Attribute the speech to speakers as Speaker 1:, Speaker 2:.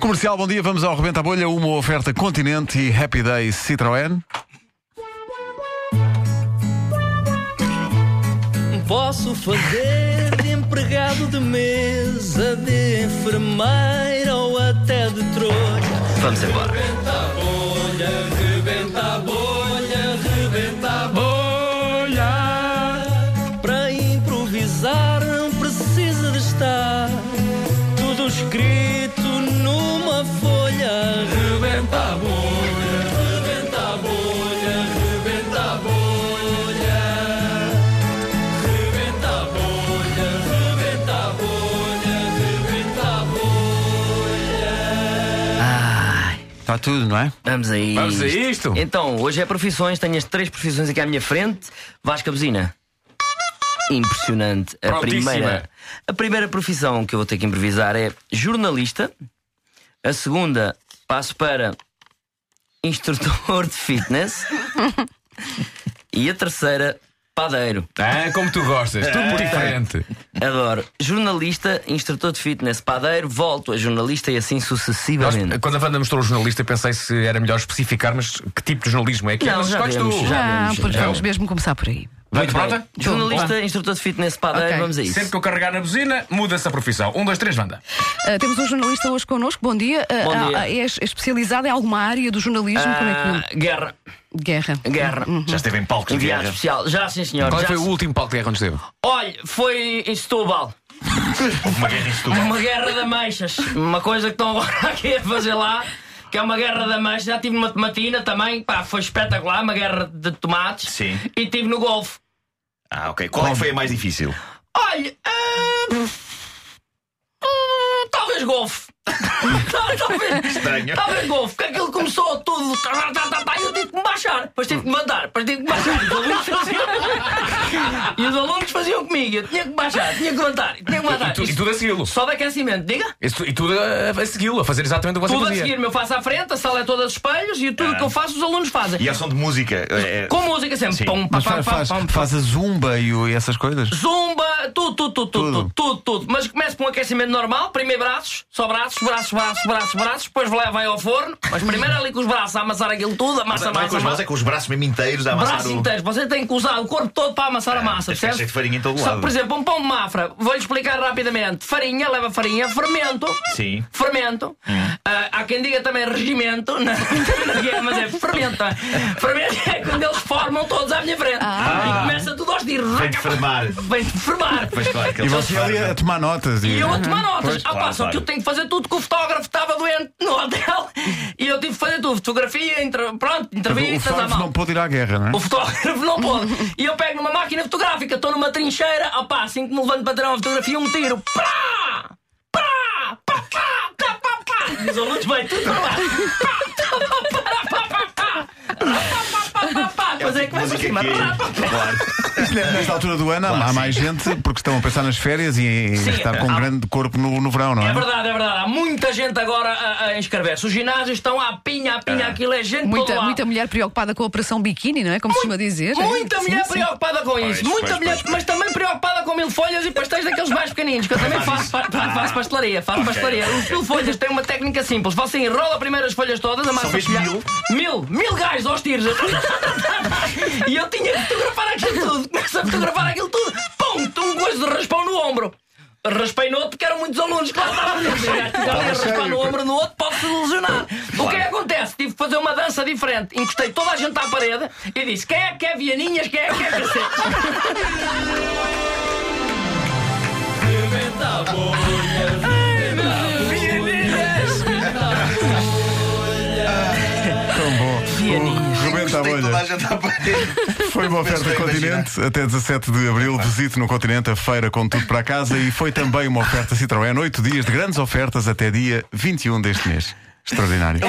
Speaker 1: Comercial, bom dia, vamos ao Rebenta a Bolha, uma oferta Continente e Happy Day Citroën.
Speaker 2: Posso fazer de empregado de mesa, de enfermeira ou até de trolha.
Speaker 3: Vamos embora.
Speaker 2: Bolha, rebenta a bolha, rebenta a bolha. Para improvisar não precisa de estar tudo escrito numa folha. Rebenta a bolha, rebenta a bolha, rebenta a bolha. Rebenta a bolha, rebenta a bolha, rebenta a bolha.
Speaker 1: Está tudo, não é?
Speaker 3: Vamos a isto.
Speaker 1: Vamos a isto.
Speaker 3: Então, hoje é profissões, tenho as três profissões aqui à minha frente. Vasca Buzina. Impressionante. A
Speaker 4: Prontíssima.
Speaker 3: primeira, a primeira profissão que eu vou ter que improvisar é jornalista. A segunda, passo para instrutor de fitness. e a terceira, padeiro.
Speaker 4: Ah, como tu gostas, tudo diferente.
Speaker 3: Adoro. Jornalista, instrutor de fitness, padeiro, volto a jornalista e assim
Speaker 4: Nós,
Speaker 3: sucessivamente.
Speaker 4: quando a Wanda mostrou o jornalista, pensei se era melhor especificar, mas que tipo de jornalismo é que é?
Speaker 3: Não,
Speaker 4: Mas
Speaker 3: já
Speaker 4: escolhes
Speaker 3: vemos,
Speaker 4: tu.
Speaker 3: já
Speaker 5: Ah,
Speaker 3: vemos.
Speaker 5: pois
Speaker 3: Já
Speaker 5: vamos mesmo começar por aí.
Speaker 4: Muito
Speaker 3: Bem,
Speaker 4: pronta?
Speaker 3: Jornalista, instrutor de fitness, padeiro,
Speaker 5: Ok.
Speaker 3: vamos a isso.
Speaker 4: Sempre que eu carregar na buzina, muda-se a profissão. Um, dois, três, Wanda.
Speaker 5: Ah, temos um jornalista hoje connosco, bom dia. Ah,
Speaker 3: Bom dia.
Speaker 5: ah, é es- é especializado em alguma área do jornalismo? Como é Hum.
Speaker 3: Ah, guerra,
Speaker 5: que... Guerra.
Speaker 3: guerra.
Speaker 6: Já esteve em palcos de
Speaker 3: Enviado
Speaker 6: guerra.
Speaker 3: especial. Já sim, senhor.
Speaker 4: Qual
Speaker 3: já
Speaker 4: foi o
Speaker 3: sim.
Speaker 4: último palco de guerra onde esteve?
Speaker 3: Olha, foi em Setúbal. É
Speaker 6: Houve uma guerra em Setúbal.
Speaker 3: Uma guerra de ameixas. Uma coisa que estão agora aqui a fazer lá. Que é uma guerra de ameixas. Já tive numa tomatina também. Pá, foi espetacular. Uma guerra de tomates.
Speaker 6: Sim.
Speaker 3: E tive no Golfo.
Speaker 6: Ah, ok. Qual é que foi a mais difícil?
Speaker 3: Olha, ah, hum, talvez golfe. Tal- talvez,
Speaker 6: Estranho.
Speaker 3: talvez golfe, porque aquilo começou tudo. Tá, tá, tá, tá, tá, eu tive que me baixar, depois tive que me mandar, depois tive que baixar. E os alunos faziam, e os alunos faziam comigo. Eu tinha que baixar, tinha que levantar, tinha que
Speaker 4: E,
Speaker 3: mandar.
Speaker 4: tu- e tudo a segui-lo.
Speaker 3: Só de aquecimento, diga?
Speaker 4: E tu- E tudo a, a segui-lo, a fazer exatamente o que você
Speaker 3: Tudo a
Speaker 4: fazia.
Speaker 3: seguir-me, eu faço à frente, a sala é toda de espelhos e tudo o que eu faço os alunos fazem.
Speaker 6: E a ação de música? É, é-
Speaker 3: Com música sempre.
Speaker 6: Sim.
Speaker 3: Pum, pá,
Speaker 1: Mas
Speaker 3: pá,
Speaker 1: faz,
Speaker 3: pá,
Speaker 1: faz,
Speaker 3: pá, pá.
Speaker 1: faz a zumba e, o- e essas coisas?
Speaker 3: Zumba, tudo, tudo, tudo, tudo, tudo, tudo, tudo. Mas começa com um aquecimento normal, primeiro braços, só braços, braços, braços, braços, braços, depois vai, vai ao forno, mas primeiro ali com os braços a amassar aquilo tudo, amassa,
Speaker 6: Não é com
Speaker 3: amassa,
Speaker 6: as mãos, é
Speaker 3: amassa.
Speaker 6: com os braços mesmo inteiros a amassar
Speaker 3: Braços
Speaker 6: o...
Speaker 3: inteiros, você tem que usar o corpo todo para amassar a massa,
Speaker 6: tem que ficar
Speaker 3: percebe?
Speaker 6: cheio de farinha em todo
Speaker 3: Só que,
Speaker 6: lado.
Speaker 3: por exemplo, um pão de mafra, vou-lhe explicar rapidamente. Farinha, leva farinha, fermento.
Speaker 6: Sim. Hum.
Speaker 3: Fermento. Ah, há quem diga também regimento, não, mas é fermento. não é? Fermento é quando eles formam todos à minha frente. E começa tudo aos tiros.
Speaker 6: Ah. Vem de fermar.
Speaker 3: Vem de formar.
Speaker 6: Pois claro, que
Speaker 1: E
Speaker 6: ele
Speaker 1: você
Speaker 6: faz
Speaker 1: ali
Speaker 6: farda.
Speaker 1: a tomar notas.
Speaker 3: E eu a tomar notas. Ah, pá,
Speaker 6: claro,
Speaker 3: só que
Speaker 6: claro.
Speaker 3: eu tenho que fazer tudo que o fotógrafo estava doente no hotel. E eu tive que fazer tudo. Fotografia, entre- pronto,
Speaker 1: O
Speaker 3: entrevistas à
Speaker 1: Fábio não
Speaker 3: mão.
Speaker 1: pôde ir à guerra, não é?
Speaker 3: O fotógrafo não pôde. E eu pego numa máquina fotográfica, estou numa trincheira, ah, pá, assim que me levanto para tirar uma fotografia, um tiro. Pá! Pá! Pá! Pá! Tá, pá! Pá! E os alunos bem, tudo para lá. Pá! Tá, pá! Pá! Pá! Pá! Pá! Pá! Pá! Pá! Pá! Pois é que vai para
Speaker 6: Música
Speaker 3: cima.
Speaker 6: que
Speaker 3: Pá, pá, pá.
Speaker 6: é... Claro.
Speaker 1: Nesta altura do ano há mais gente porque estão a pensar nas férias e em
Speaker 3: Sim,
Speaker 1: estar com
Speaker 3: há-
Speaker 1: um grande corpo no, no verão, não é?
Speaker 3: É verdade, é verdade. Há muita gente agora a, a inscrever-se. Os ginásios estão à pinha, à pinha, aquilo é gente
Speaker 5: Muita,
Speaker 3: todo lá.
Speaker 5: muita mulher preocupada com a operação biquíni, não é? Como se costuma dizer.
Speaker 3: Muita
Speaker 5: Sim,
Speaker 3: mulher
Speaker 5: sim.
Speaker 3: preocupada com isso,
Speaker 6: Pois,
Speaker 3: muita
Speaker 6: pois,
Speaker 3: mulher,
Speaker 6: pois, pois.
Speaker 3: mas também preocupada com milfolhas e pastéis daqueles mais pequeninos, que eu também faço, fa- fa-
Speaker 6: Ah.
Speaker 3: faço pastelaria, faço pastelaria. Os milfolhas têm uma técnica simples, você enrola primeiro as folhas todas, amassa
Speaker 6: Só fez
Speaker 3: folha-
Speaker 6: mil?
Speaker 3: mil, mil gajos aos tiros. e eu tinha que fotografar aquilo tudo, começo a fotografar aquilo tudo, pum, um gosto de raspão no ombro. Raspei no outro porque eram muitos alunos que lá estavam. Um Estava a raspar no ombro no outro, posso lesionar. O que é que acontece? Tive que fazer uma dança diferente. Encostei toda a gente à parede e disse: quem é que é Vianinhas, quem é que é cacete?
Speaker 1: Tão Então, bom.
Speaker 3: Pianinho.
Speaker 1: O Rebenta a
Speaker 6: Tem toda a
Speaker 1: bolha.
Speaker 6: gente à parede.
Speaker 1: Foi uma
Speaker 6: Penso
Speaker 1: oferta
Speaker 6: bem,
Speaker 1: Continente até 17 de Abril. Visite no Continente a feira com tudo para casa e foi também uma oferta Citroën. Oito dias de grandes ofertas até dia 21 deste mês. um Extraordinário.